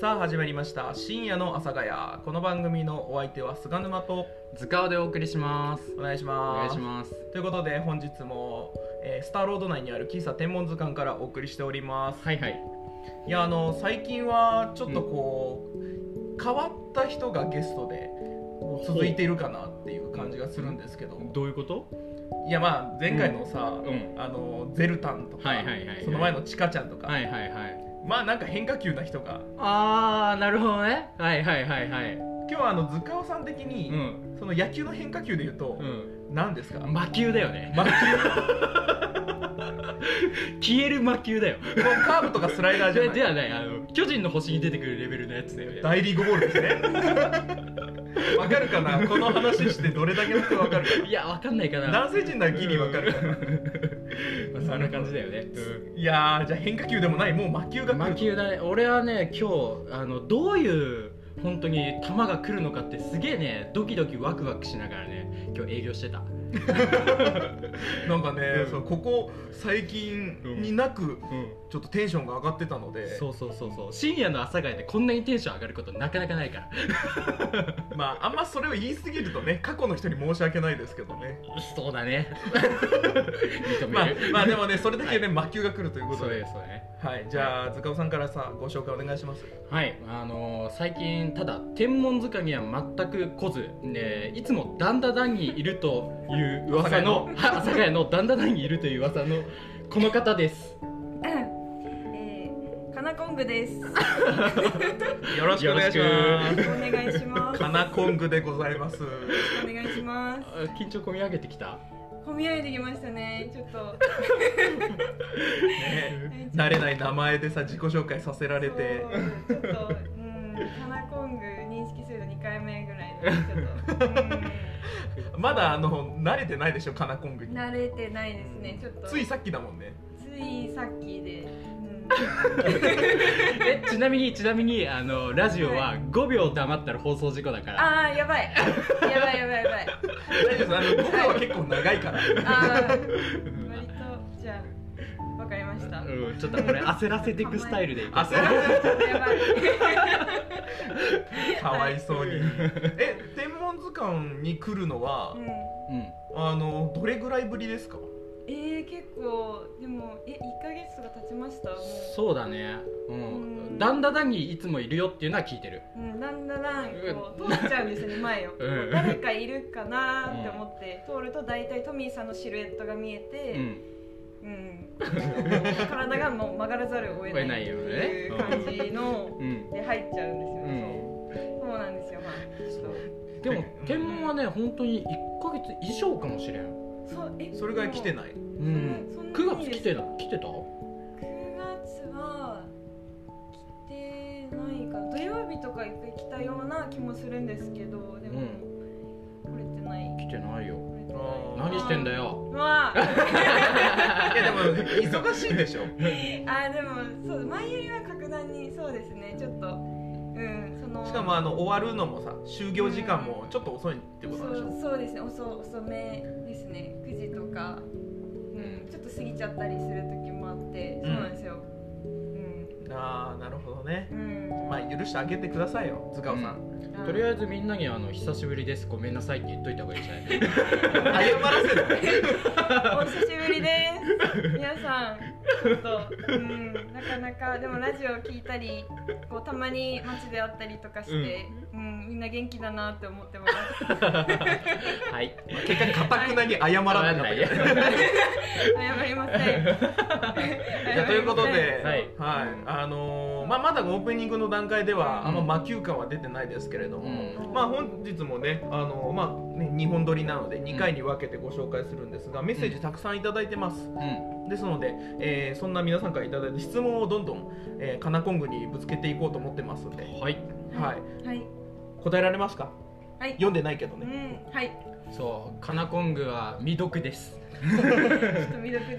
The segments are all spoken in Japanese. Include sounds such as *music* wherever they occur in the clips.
さあ始まりました深夜の阿佐ヶ谷この番組のお相手は菅沼と図鑑でお送りしますお願いしお願まいすしますということで本日も、えースターロード内にある喫茶天文図鑑からお送りしておりますはいはいいやあの最近はちょっとこう、変わった人がゲストでもう続いているかなっていう感じがするんですけど、どういうこといやまあ前回のさ、うんあのゼルタンとか、はいはいはいはいその前のチカちゃんとか、はいはいはいまあなんか変化球な人があーなるほどねはいはいはいはい今日はあの塚尾さん的に、うんその野球の変化球で言うと、うん何ですか、魔球だよ *laughs* ね魔球消える魔球だよこうカーブとかスライダーじゃでないではないあの巨人の星に出てくるレベルのやつだよね大リーグボールですね *laughs* わかるかなこの話してどれだけの人わかるかいやわかんないかなな男性陣ならギリわかるかな、まあそんな感じだよね、うんいやーじゃあ変化球でもないもう魔球が来魔る球だね俺はね今日あのどういう本当に球が来るのかってすげえねドキドキワクワクしながらね今日営業してたうなんかね、うんそうここ最近になくんちょっとテンションが上がってたので、そうそうそうそう深夜の朝会でこんなにテンション上がることなかなかないからまああんまそれを言い過ぎるとね過去の人に申し訳ないですけどねそうだね認まあめる、まあでもねそれだけね、魔球が来るということそうでですそうねはいじゃあ塚尾さんからさご紹介お願いしますはいあのー最近ただ天文図鑑には全く来ず、ね、いつもダンダダンにいるという噂のはい *laughs* 朝会のダンダダンにいるという噂のこの方ですえー、かなこんぐです。およろしくお願いします願いします。カナコングでございますお願いします。あ緊張込み上げてきた込み上げてきましたね。ちょっと。ね慣れない名前でさ自己紹介させられてそう。ちょっと、うん、かなこんぐ認識するの二回目ぐらいの。ちょっと、まだあの慣れてないでしょカナコングうにん、慣れてないですね。ちょっと。ついさっきだもんねついさっき *laughs* で。うんえちなみにちなみにあのラジオははい5秒黙ったら放送事故だからああ、やばい。やばいやばいやばい。大丈夫ですあの僕は結構長いからああ。割と、じゃあ。わかりました。 *laughs* やうん、ちょっとこれ焦らせていくスタイルでいこう焦らせばい。てかわいそうにえ天文図鑑に来るのはうん。うんあのどれぐらいぶりですかえー、結構でもえ一ヶ月とか経ちましたもそうだねうん、うんだんだだにいつもいるよっていうのは聞いてるう、うん、だんだんだんこう通っちゃうんですよね前を、うん誰かいるかなーって思って通ると大体トミーさんのシルエットが見えうて、んうん体がもう曲がらざるを得ないっていう得ないよね感じのうんで入っちゃうんですようんね、そうそうなんですよまあちょっでもうん天文はね本当に1ヶ月以上かもしれんとそうえそれぐらい来ていないうんそんなそんな9に月で来すてた来てた9月は来てないかな土曜日とか一回来たような気もするんですけどでも、来れてない来てないよ来れてないあー何してんだようわあいやでも忙しいでしょあでもそう前よりは格段にそうですねちょっとうんそのしかもあの終わるのもさ就業時間もちょっと遅いってことなんでしょそうそうですね遅遅めですね9時とか、うん、ちょっと過ぎちゃったりする時もあってそうなんですようん、ああなるほどねうんまあ許してあげてくださいよ塚尾さん、とりあえずみんなにあの「久しぶりですごめんなさい」って言っといた方がいいんじゃない謝らせるお久しぶりです。皆さん、ちょっと、うん、なかなか、でもラジオ聞いたり、こうたまに街で会ったりとかして、うん、みんな元気だなって思ってます。 *laughs* はい結果かたくなに謝らなかったけど *laughs* 謝りません。いやということで、ははいい、あのーまあ、まだオープニングの段階ではあんま魔球感は出てないですけれども、うんまあ、本日もね、あのーまあ、ね2本撮りなので2回に分けてご紹介するんですがメッセージたくさんいただいてますうんですので、えーそんな皆さんからいただいた質問をどんどん、えー、カナコングにぶつけていこうと思ってますんで、はいはい、はい。答えられますかはい。読んでないけどうねん、はい。そうカナコングは未読ですちょっと未読で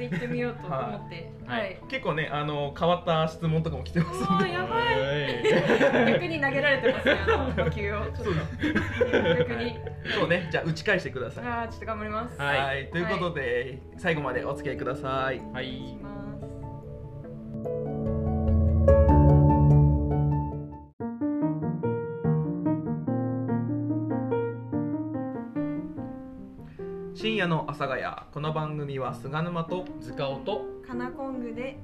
行ってみようと思って。ははいい。結構ねあの変わった質問とかも来てますおー、やばい。逆に投げられてますね、あの呼吸を。ちょっと。逆に。そうねじゃあ打ち返してくださいああ、ちょっと頑張ります。はいということで、最後までお付き合いくださいはお願いいします。深夜の阿佐ヶ谷この番組は菅沼と塚尾とカナコングで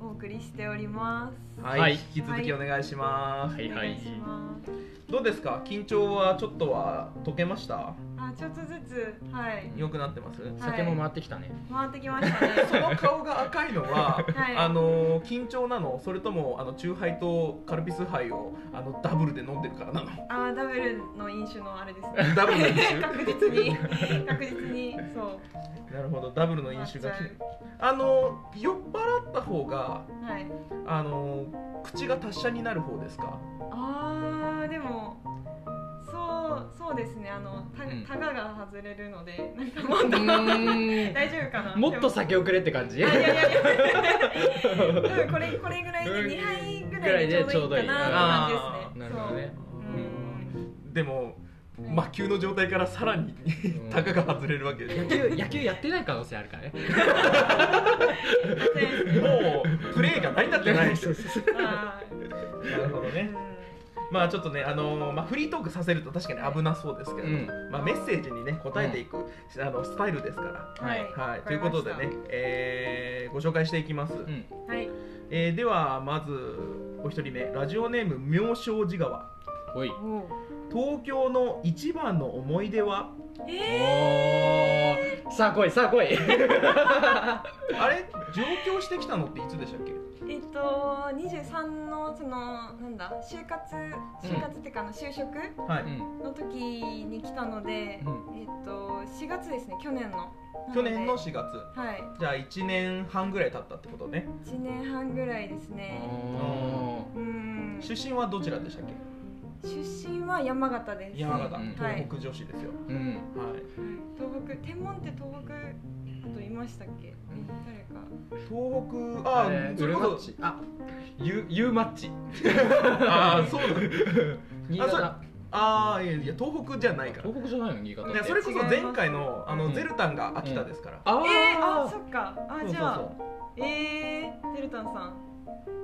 お送りしております。はい、はい引き続きお願いします、はいおは願いいします。どうですか緊張はちょっとは解けましたあ、ちょっとずつ、はい、良くなってますい酒も回ってきたね、回ってきましたね。そ *laughs* の顔が赤いのははいあの緊張なのそれともあのチューハイとカルピスハイをあのダブルで飲んでるから *laughs* なのあ、ダブルの飲酒のあれです *laughs* ね。ダブルの飲確実に、確実に、そう。なるほどダブルの飲酒が回っちゃあの酔っ払った方がうはい。あの口が達者になる方ですかあーでもそうそうですねあのたうんタガが外れるのでなんかもうっとーん大丈夫かなもっとで酒をくれって感じもあいやいやいやうんこれこれぐらいで2杯ぐらいでちょうどいいかなって感じですねなるほどねそううんでもうん魔球の状態からさらにタガが外れるわけでしょ野球野球やってない可能性あるからねでもうプレーが成り立ってないそうそうそうあなるほどーねまあちょっとね、あのーまあ、フリートークさせると確かに危なそうですけれども、まあ、メッセージにね答えていく、あのスタイルですから。ははいいはい、わかといりうまこしたとでね、えーご紹介していきます、うんはいえーではまずお一人目ラジオネーム妙正寺川おいお東京の一番の思い出はえおーさあ来いさあ来いあれ上京してきたのっていつでしたっけーえっと23のそのなんだ就活就活っていうかあの就職はい、うんの時に来たのでうんえっと4月ですね去年のなで去年の4月はいじゃあ1年半ぐらい経ったってことね1年半ぐらいですねおうん出身はどちらでしたっけ出身は山形です山形、うん東北女子ですよ、ーうんはい、東北天文って東北あといましたっけえ東北ああ、えーそウれルこマそッチあユユーマッチああそうだ *laughs* 新あそれ *laughs* 潟ああいやいや東北じゃないから東北じゃないの新潟いやそれこそ前回のあの、うんゼルタンが秋田ですから、あ誰かえー、あーそっかあそうじそうゃあそうえー、テルタンさん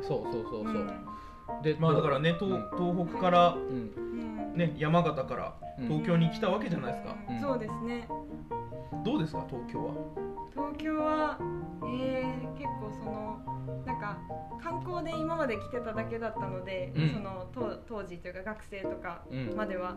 そうそうそうそううんでまあだからねう東ん東北からうんうんね山形からうん東京に来たわけじゃないですかうんうんそうですねどうですか東京は東京はえー、結構そのなんか観光で今まで来てただけだったので、うんその当当時というか学生とかうんまでは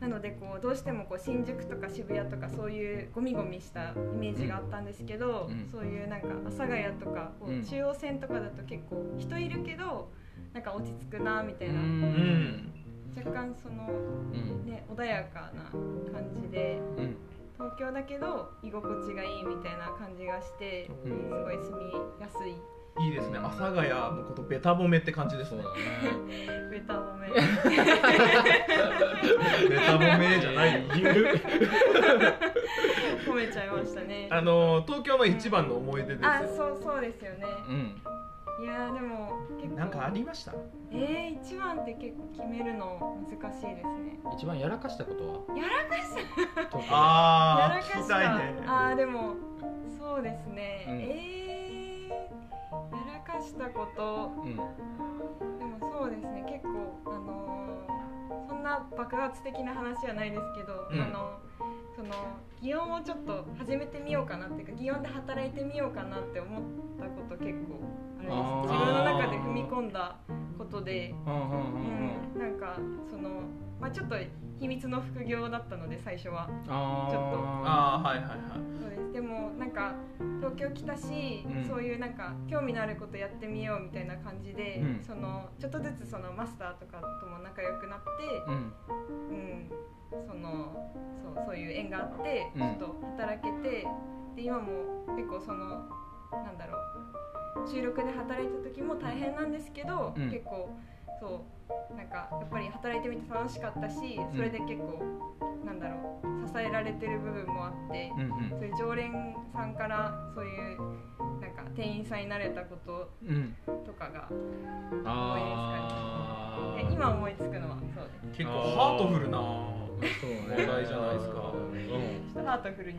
なのでこうどうしてもこう新宿とか渋谷とかそういうゴミゴミしたイメージがあったんですけど、うんそういうなんか阿佐ヶ谷とかこううん中央線とかだと結構人いるけどなんか落ち着くなみたういな、ん若干その、うんね、穏やかな感じでうん東京だけど居心地がいいみたいな感じがしてすうんごい住みやすいいいですね阿佐ヶ谷のことベタ褒めって感じですそうねだ *laughs* ねベタ *laughs* 褒めベタ褒めじゃ *laughs* ないよ褒めちゃいましたね。あの東京の一番の思い出ですあそうそうですよね。うんいやーでも結構なんかありましたえー、一番って結構決めるの難しいですね。一番やらかしたことはやらかした。東京やあらあ聞かしきた。たいねあーでもそうですね。うんえー、やらかしたことうんでもそうですね結構あのーそんな爆発的な話はないですけど、うんあのその祇園をちょっと始めてみようかなっていうか祇園で働いてみようかなって思ったこと結構あれですあー自分の中で踏み込んだことで。うんうんうんうんうんなんかその、まあ、ちょっと秘密の副業だったので最初はあーちょっとああはいはいはいそうですでもなんか東京来たし、うんそういうなんか興味のあることやってみようみたいな感じで、うんそのちょっとずつそのマスターとかとも仲良くなって、うんうん、そのそうそういう縁があってうんちょっと働けて、で今も結構そのなんだろう収録で働いた時も大変なんですけど、うん結構そうなんかやっぱり働いてみて楽しかったしそれで結構、なんだろう支えられてる部分もあって、うんうんそういう常連さんからそういうなんか店員さんになれたことうんとかがあでー今思いつくのはそうです。結構ハートフルなそう問題じゃないですかうんちょっとハートフルに。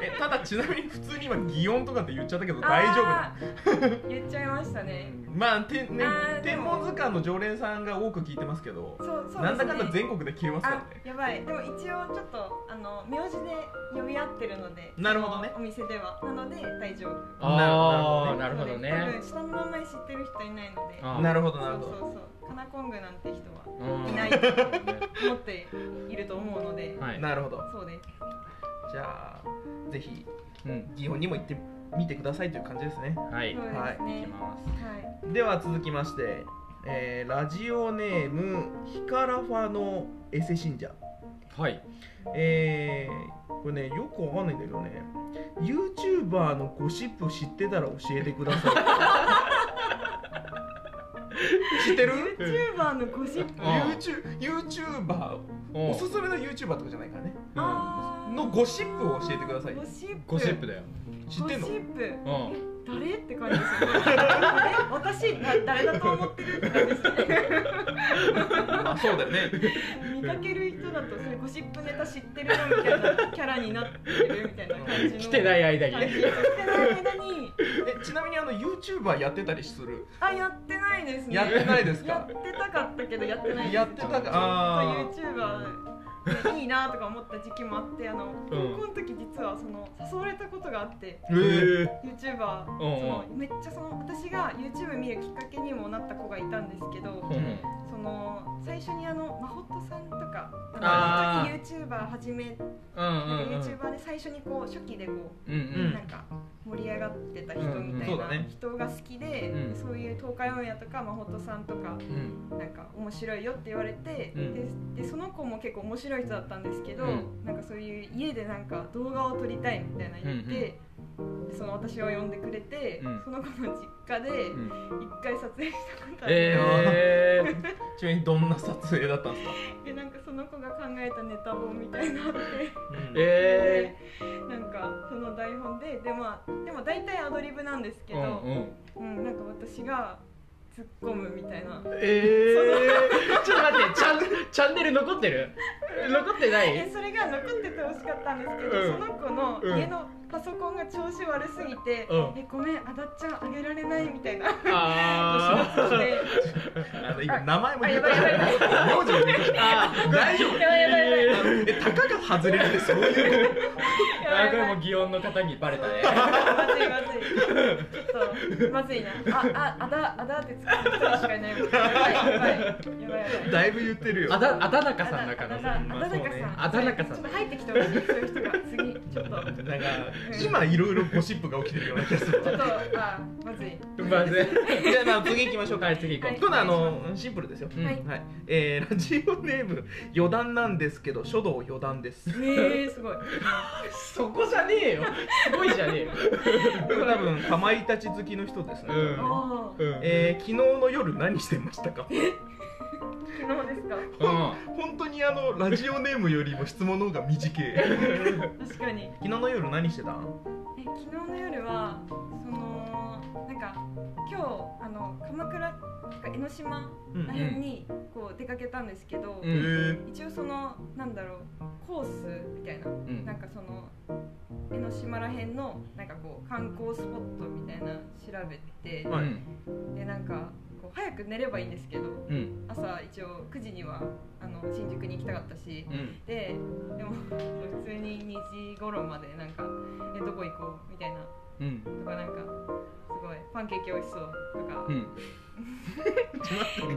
えただちなみに普通に今擬音とかって言っちゃったけど大丈夫なのあー *laughs* 言っちゃいましたねまあて、ねあー、で天も文図鑑の常連さんが多く聞いてますけど、そうそうですねなんだかんだ全国で消えますからあねやばいでも一応ちょっとあの名字で呼び合ってるのでなるほどねそのお店ではなので大丈夫ああなるほどなので多ね分下の名前知ってる人いないのであーなるほどそうなるほそどうそうカナコングなんて人はうんいないと思っていると思うので、はいなるほどそうですじゃあぜひうん擬音にも行ってみてくださいという感じですねはいそう行ですきねますはいでは続きまして、えーラジオネームヒカラファのエセ信者はいえー、これねよくわかんないんだけどね YouTuber のゴシップ知ってたら教えてください *laughs* 知ってる YouTuber のゴシップあー YouTube YouTuber おおすすめの YouTuber とかじゃないからねあーのゴシップを教えてくださいゴシップゴシップだよ知ってんのゴシップうん誰って感じですよねえ私だ誰だと思ってるって感じですよねまあそうだよ *laughs* ね見かける人だとそれゴシップネタ知ってるなみたいなキャラになってるみたいな感じの来てない間に感じ来てねない間にえちなみにあの YouTuber やってたりするあやってないですねやってないですやかってたかったけどやってないですやってたかちょあっと YouTuber ねいいなとか思った時期もあってあの高校の時実はその誘われたことがあってーええ YouTuber そうんうんのめっちゃその私が YouTube 見るきっかけにもなった子がいたんですけどうんうんその最初にあのまほとさんとかああーの本当に YouTuber 始めうんうんうん YouTuber で最初にこう初期でこううんううんんなんか盛り上がってた人みたうんういんそうだなね人が好きで、うんそういう東海オンエアとかまほとさんとかうんなんか面白いよって言われて、うんででその子も結構面白い人だったんですけど、うんなんかそういう家でなんか動画を撮りたいみたいな言って、その私を呼んでくれて、うんその子の実家でうん一回撮影したことあって、えーちなみにどんな撮影だったんですか、でなんかその子が考えたネタ本みたいなのあって。ええなんかその台本でで,、まあ、でも大体アドリブなんですーけど、うんうんうん、なんか私が突っ込むみたいな。えー、 *laughs* ちょっと待ってチャンチャンネル残ってる残ってないえそれが残っててほしかったんですけど、うんその子のうん家のパソコンが調子悪すぎて「うんえごめんあだっちゃんあげられない」みたいなあ年ー末であの今名前もあ言やうばいやばいやばい *laughs* やばい名字も言うあー大丈夫やばいやばいやばいあのえたかが外れるってそういうこあーこれやもばいう祇園の方にバレたねまずいまずいちょっとまずいなあああだあだってつく人しかいないもんやばいやばいやばいやばいとだいぶ言ってるよあだあだなあかさんだからだあまあだそうだねかさんあだだかさんちょっと入ってきてほしいそういう人が次ちょっとなんか今いろいろゴシップが起きてるような気がするちょっとあまずいまずいじゃあまあ次行きましょうかはい次行こはい今度はあのシンプルですよ、うんはいはいえーラジオネーム余談なんですけど書道余談ですえー、すごい。うそこじゃねえよすごいじゃねえよこれ多分かまいたち好きの人ですね、うんあーうんえー昨日の夜何してましたか昨日ですか。うん本当にあのラジオネームよりも質問の方が短い昨確かに。え、日の夜何してたん昨日の夜は、その、なんか、今日、あの、鎌倉。とか江ノ島うんら辺に、こう出かけたんですけど。うん一応、その、なんだろう、コースみたいな、うんなんか、その。江ノ島ら辺の、なんか、こう、観光スポットみたいな、調べてう。んはいで、なんか、こう、早く寝ればいいんですけど、うん朝、一応、9時には、あの、新宿に行きたかったし。うんででも普通に2時頃までなんか「えどこ行こう?」みたいなうんとかなんかすごいパンケーキ美味しそうとかう、ん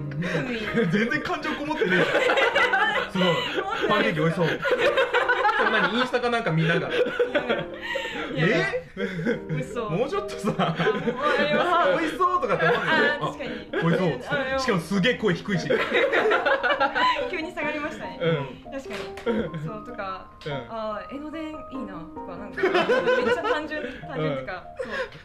海全然感情こもってねえすごいパンケーキ美味しそうそんなにインスタかなんか見ながらいやいやえ美味しそうもうちょっとさあもうありますあ美味しそうとかって思うんだあよー確かに美味しあでそうしかもすげえ声低いし急に下がりましたねうん確かにそうとかうんあー江ノ電いいなとかなんかめっちゃ単純単純とか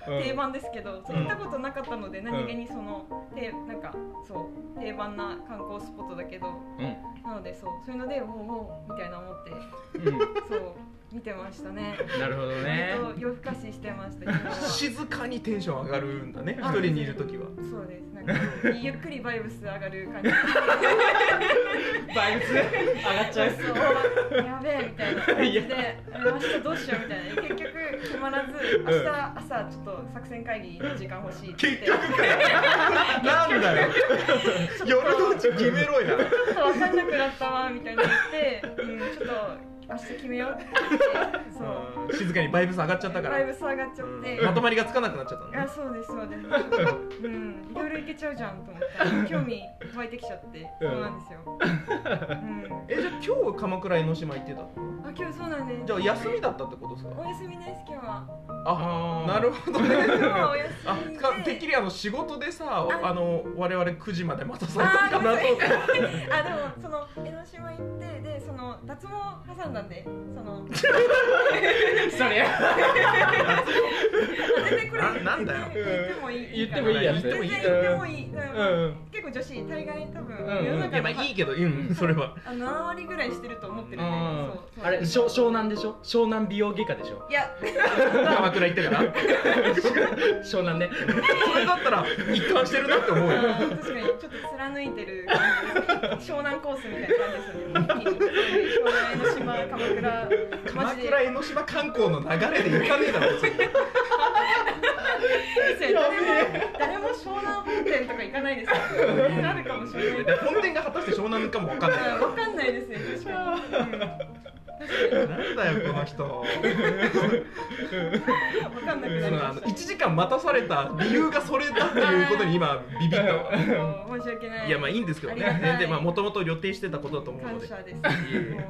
そう定番ですけど、そう行ったことなかったので何気にその、てなんかそう定番な観光スポットだけどうんなのでそうそういうのでおうおうみたいな思ってうそう見てましたね。んなるほどね割と夜更かししてました昨日は静かにテンション上がるんだね一あ人にいる時はそうですなんかゆっくりバイブス上がる感じバイブス上がっそうやべえみたいな感じいで明日どうしようみたいな結局決ままらず明日朝ちょっと作戦会議の時間欲しいって言って結局かよなんだよ夜のうち決めろやちょっと分かんなくなったわみたいに言って、うん、ちょっと明日決めようって言ってそう静かにバイブス上がっちゃったかだいらぶ騒がっちゃって、まとまりがつかなくなっちゃったあのそうですそうですちょっとうんいろいろいけちゃうじゃんと思って興味湧いてきちゃってうんそうなんですよ、うん、えじゃあ今日鎌倉江ノ島行ってたあ今日そうなんですじゃあ休みだったってことですかお休みです今日はああーなるほど *laughs* 今ね日はおあ休みでかてっきりあの仕事でさあの我々9時まで待たされあたーかなと思って *laughs* あでもその江ノ島行ってでその脱毛挟んだんでそのそれ全然これななんだよ言ってもいい言ってもいいやつ言って全もいい然言ってもいい、うんうん結構女子大概多分、うん世のあいや中まのあいいけどうんそれはあ7割ぐらいしてると思ってるんで、あそうそうあれ湘湘南でしょ湘南美容外科でしょいや鎌倉行ってから湘南ねそれだったら一貫してるなって思うよあー確かにちょっと貫いてる感じですね湘南コースみたいな感じですよね湘南江ノ島鎌倉マ鎌ジで倉江ノ島観光の流れで行かねえだろ別に誰も誰も湘南本店とか行かないですよあるかもしれないで本店が果たして湘南かも分かんないあーわかんないですね確かに、うん、わなんだよこの人かんなくなそりのまあのした1時間待たされた理由がそれだっていうことに今ビビったわそう申し訳ないいやまあいいんですけどねありがたいでまあもともと予定してたことだと思うの感で謝ですえ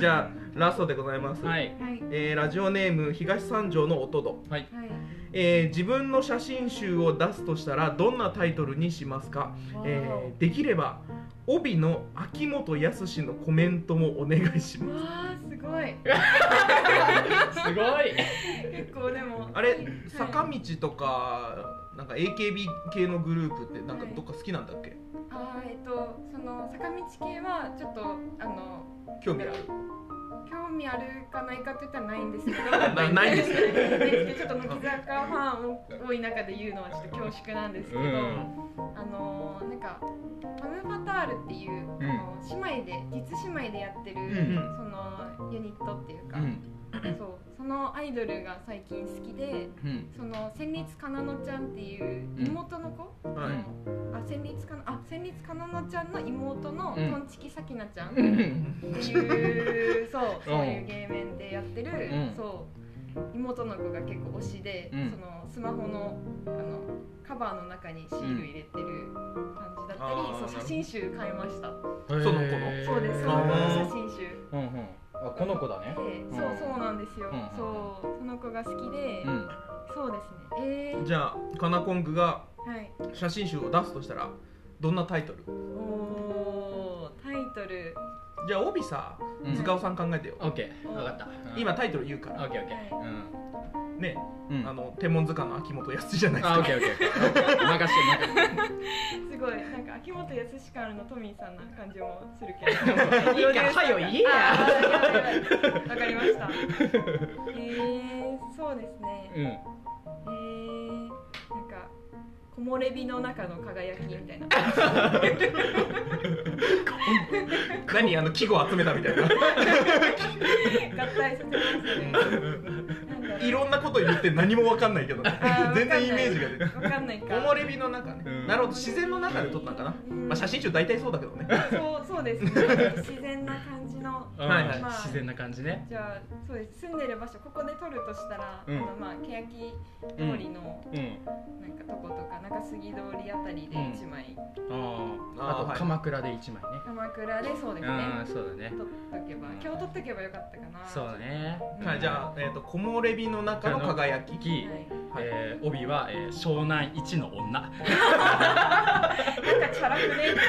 じゃあラストでございます、はいはいえーラジオネーム東三条のおとど、はいはいえー自分の写真集を出すとしたらどんなタイトルにしますか、えーできれば帯の秋元康のコメントもお願いしますわあすごいすごい結構でもあれ坂道とかなんか AKB 系のグループってなんかどっか好きなんだっけあーえっとその坂道系はちょっとあの興味ある興味あるかないかって言ったらないんですけ *laughs* どなないんです *laughs* ねねちょっと乃木坂ファン多い中で言うのはちょっと恐縮なんですけど、うんあのなんかパムパタールっていう、うんあの姉妹で実姉妹でやってる、んそのユニットっていううか、んそうそのアイドルが最近好きでうんその戦律かなのちゃんっていううん妹の子、はいあ戦律かなあ戦律かなのちゃんの妹のうんとんちきさきなちゃん、うんっていうそううんそういう芸面でやってる、うんそう妹の子が結構推しで、うんそのスマホのあのカバーの中にシール入れてる感じだったり、うんあーそう写真集買いました、その子のそうですその子の写真集でうんうんあこの子だねそううんそうなんですうよ、んそうその子が好きで、うんそうですねえー、じゃあかなコングがはい写真集を出すとしたらどんなタイトルおータイトルじゃあ帯さうん塚尾さん考えてよ、オッケーわかったうん今タイトル言うかオらッケーオッケーうんね、うんあの天文図鑑の秋元康じゃないですあ、かオ *laughs* ッケーオッケーオッケー。任して任して。すごいなんか秋元康からのトミーさんな感じもするけ *laughs* どいいからはよ言えやあーわかりましたえー、そうですねうん。えー、なんか木漏れ日の中の輝きみたい *laughs* な *laughs* 何あの季語集めたみたいな合体させますねなんだろういろんなこと言って何も分かん *laughs* ないけどねあー全然イメージが出てわかんないか木漏れ日の中ね、うんなるほど自然の中で撮ったのかな、うんまあ、写真集大体そうだけどねそうそうですね自然な感じのはいはいうん自然な感じね。じゃあそうです住んでる場所ここで撮るとしたら、うんあのまあ欅通りのうん。なんかとことか中杉通りあたりで一枚、ああーあ。あはいと鎌倉で一枚ね。鎌倉でそうですね、うん、そうだね。撮っとけば今日撮っとけばよかったかなそうだね。はいじゃあ、えー、と木漏れ日の中の輝きき、ははいえー帯は、えー湘南一の *laughs* 女。い、なんかチャラくねって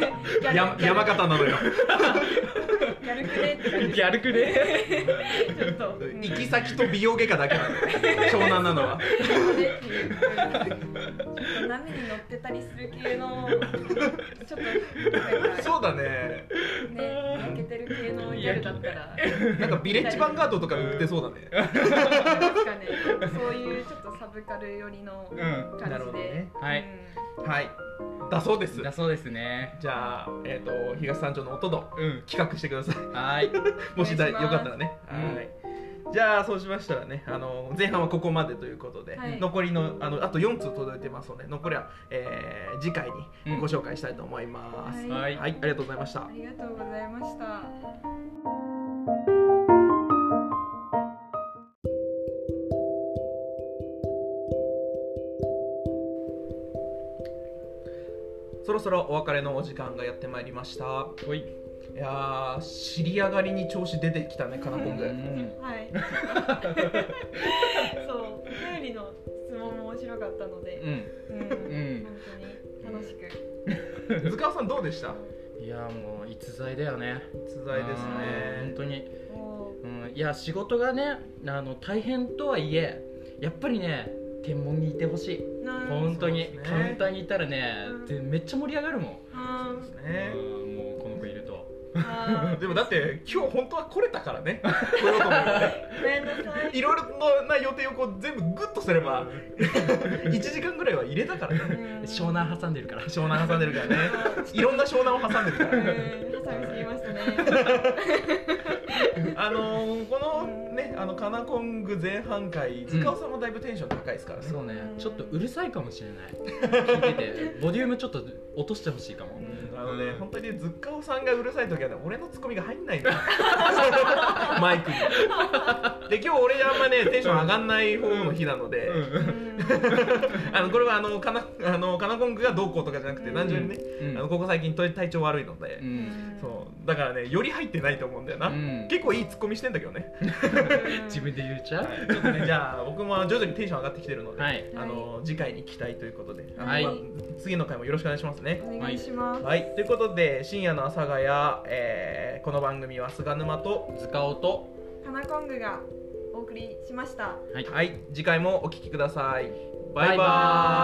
感じギャルや山形なのよギャルくねって感じギャルくね。ちょっと、うん、行き先と美容外科だけなのよ *laughs* 湘南なのはねっていううんちょっと波に乗ってたりする系のちょっとなんかそうだねね抜けてる系のギャル *laughs* だったらなんかビレッジヴァンガードとか売ってそうだね確かねそういうちょっとサブカル寄りのうん。感なるほじどでね、はいうんはいだそうですだそうですね。じゃあ、えっ、と、東三条の音とうん。企画してください。はーい。 *laughs* もしだよお願いしまかっすたらね。うんはい。じゃあそうしましたらねあの前半はここまでということで、はい残りのあのあと4通届いてますので残りは、えー次回にご紹介したいと思います、うんはいはい、ありがとうございましたありがとうございました。そろそろお別れのお時間がやってまいりましたほいいやー尻上がりに調子出てきたねかなこんぐうんはい。そう、お便りの質問も面白かったので、うん、ん本当に楽しく。塚川さんどうでしたいやもう逸材だよね逸材ですうん本ね当に、おーうん、いや仕事がねあの大変とはいえやっぱりね天文にいてほしいな本当に、そうですね簡単にいたらねうんでめっちゃ盛り上がるもん、あそうーですねうんもうこの子いるとあでもだって今日本当は来れたからね来ようと思ってーごめんなさい。いろいろな予定をこう全部グッとすれば1時間ぐらいは入れたからねうん湘南挟んで *laughs* るから湘南挟んでるからねそういろんな湘南を挟んでるかうらねん、挟みすぎましたね。あのーこのねあのカナコング前半回塚尾さんもだいぶテンション高いですからね、そうねちょっとうるさいかもしれない *laughs* 聞いててボリュームちょっと落としてほしいかもあのね、本当にねずっかおさんがうるさい時はね俺のツッコミが入んないのよマイクにで今日俺あんまねテンション上がんない方の日なので、うんあのこれはあのかなあのカナコングがどうこうとかじゃなくてうん単純にね、うんあのここ最近と体調悪いのうで、んそうだからねより入ってないと思うんだよな、うん結構いいツッコミしてんだけどね、うん自分で言っちゃう、ちょっとねじゃあ僕も徐々にテンション上がってきてるので、はいあの次回に期待ということで、あのはいまあ次の回もよろしくお願いしますね、お願いします。はい、ということで深夜の阿佐ヶ谷、えーこの番組は菅沼と、塚尾とカナコングがお送りしました。はい、次回もお聴きください。バイババイバーイ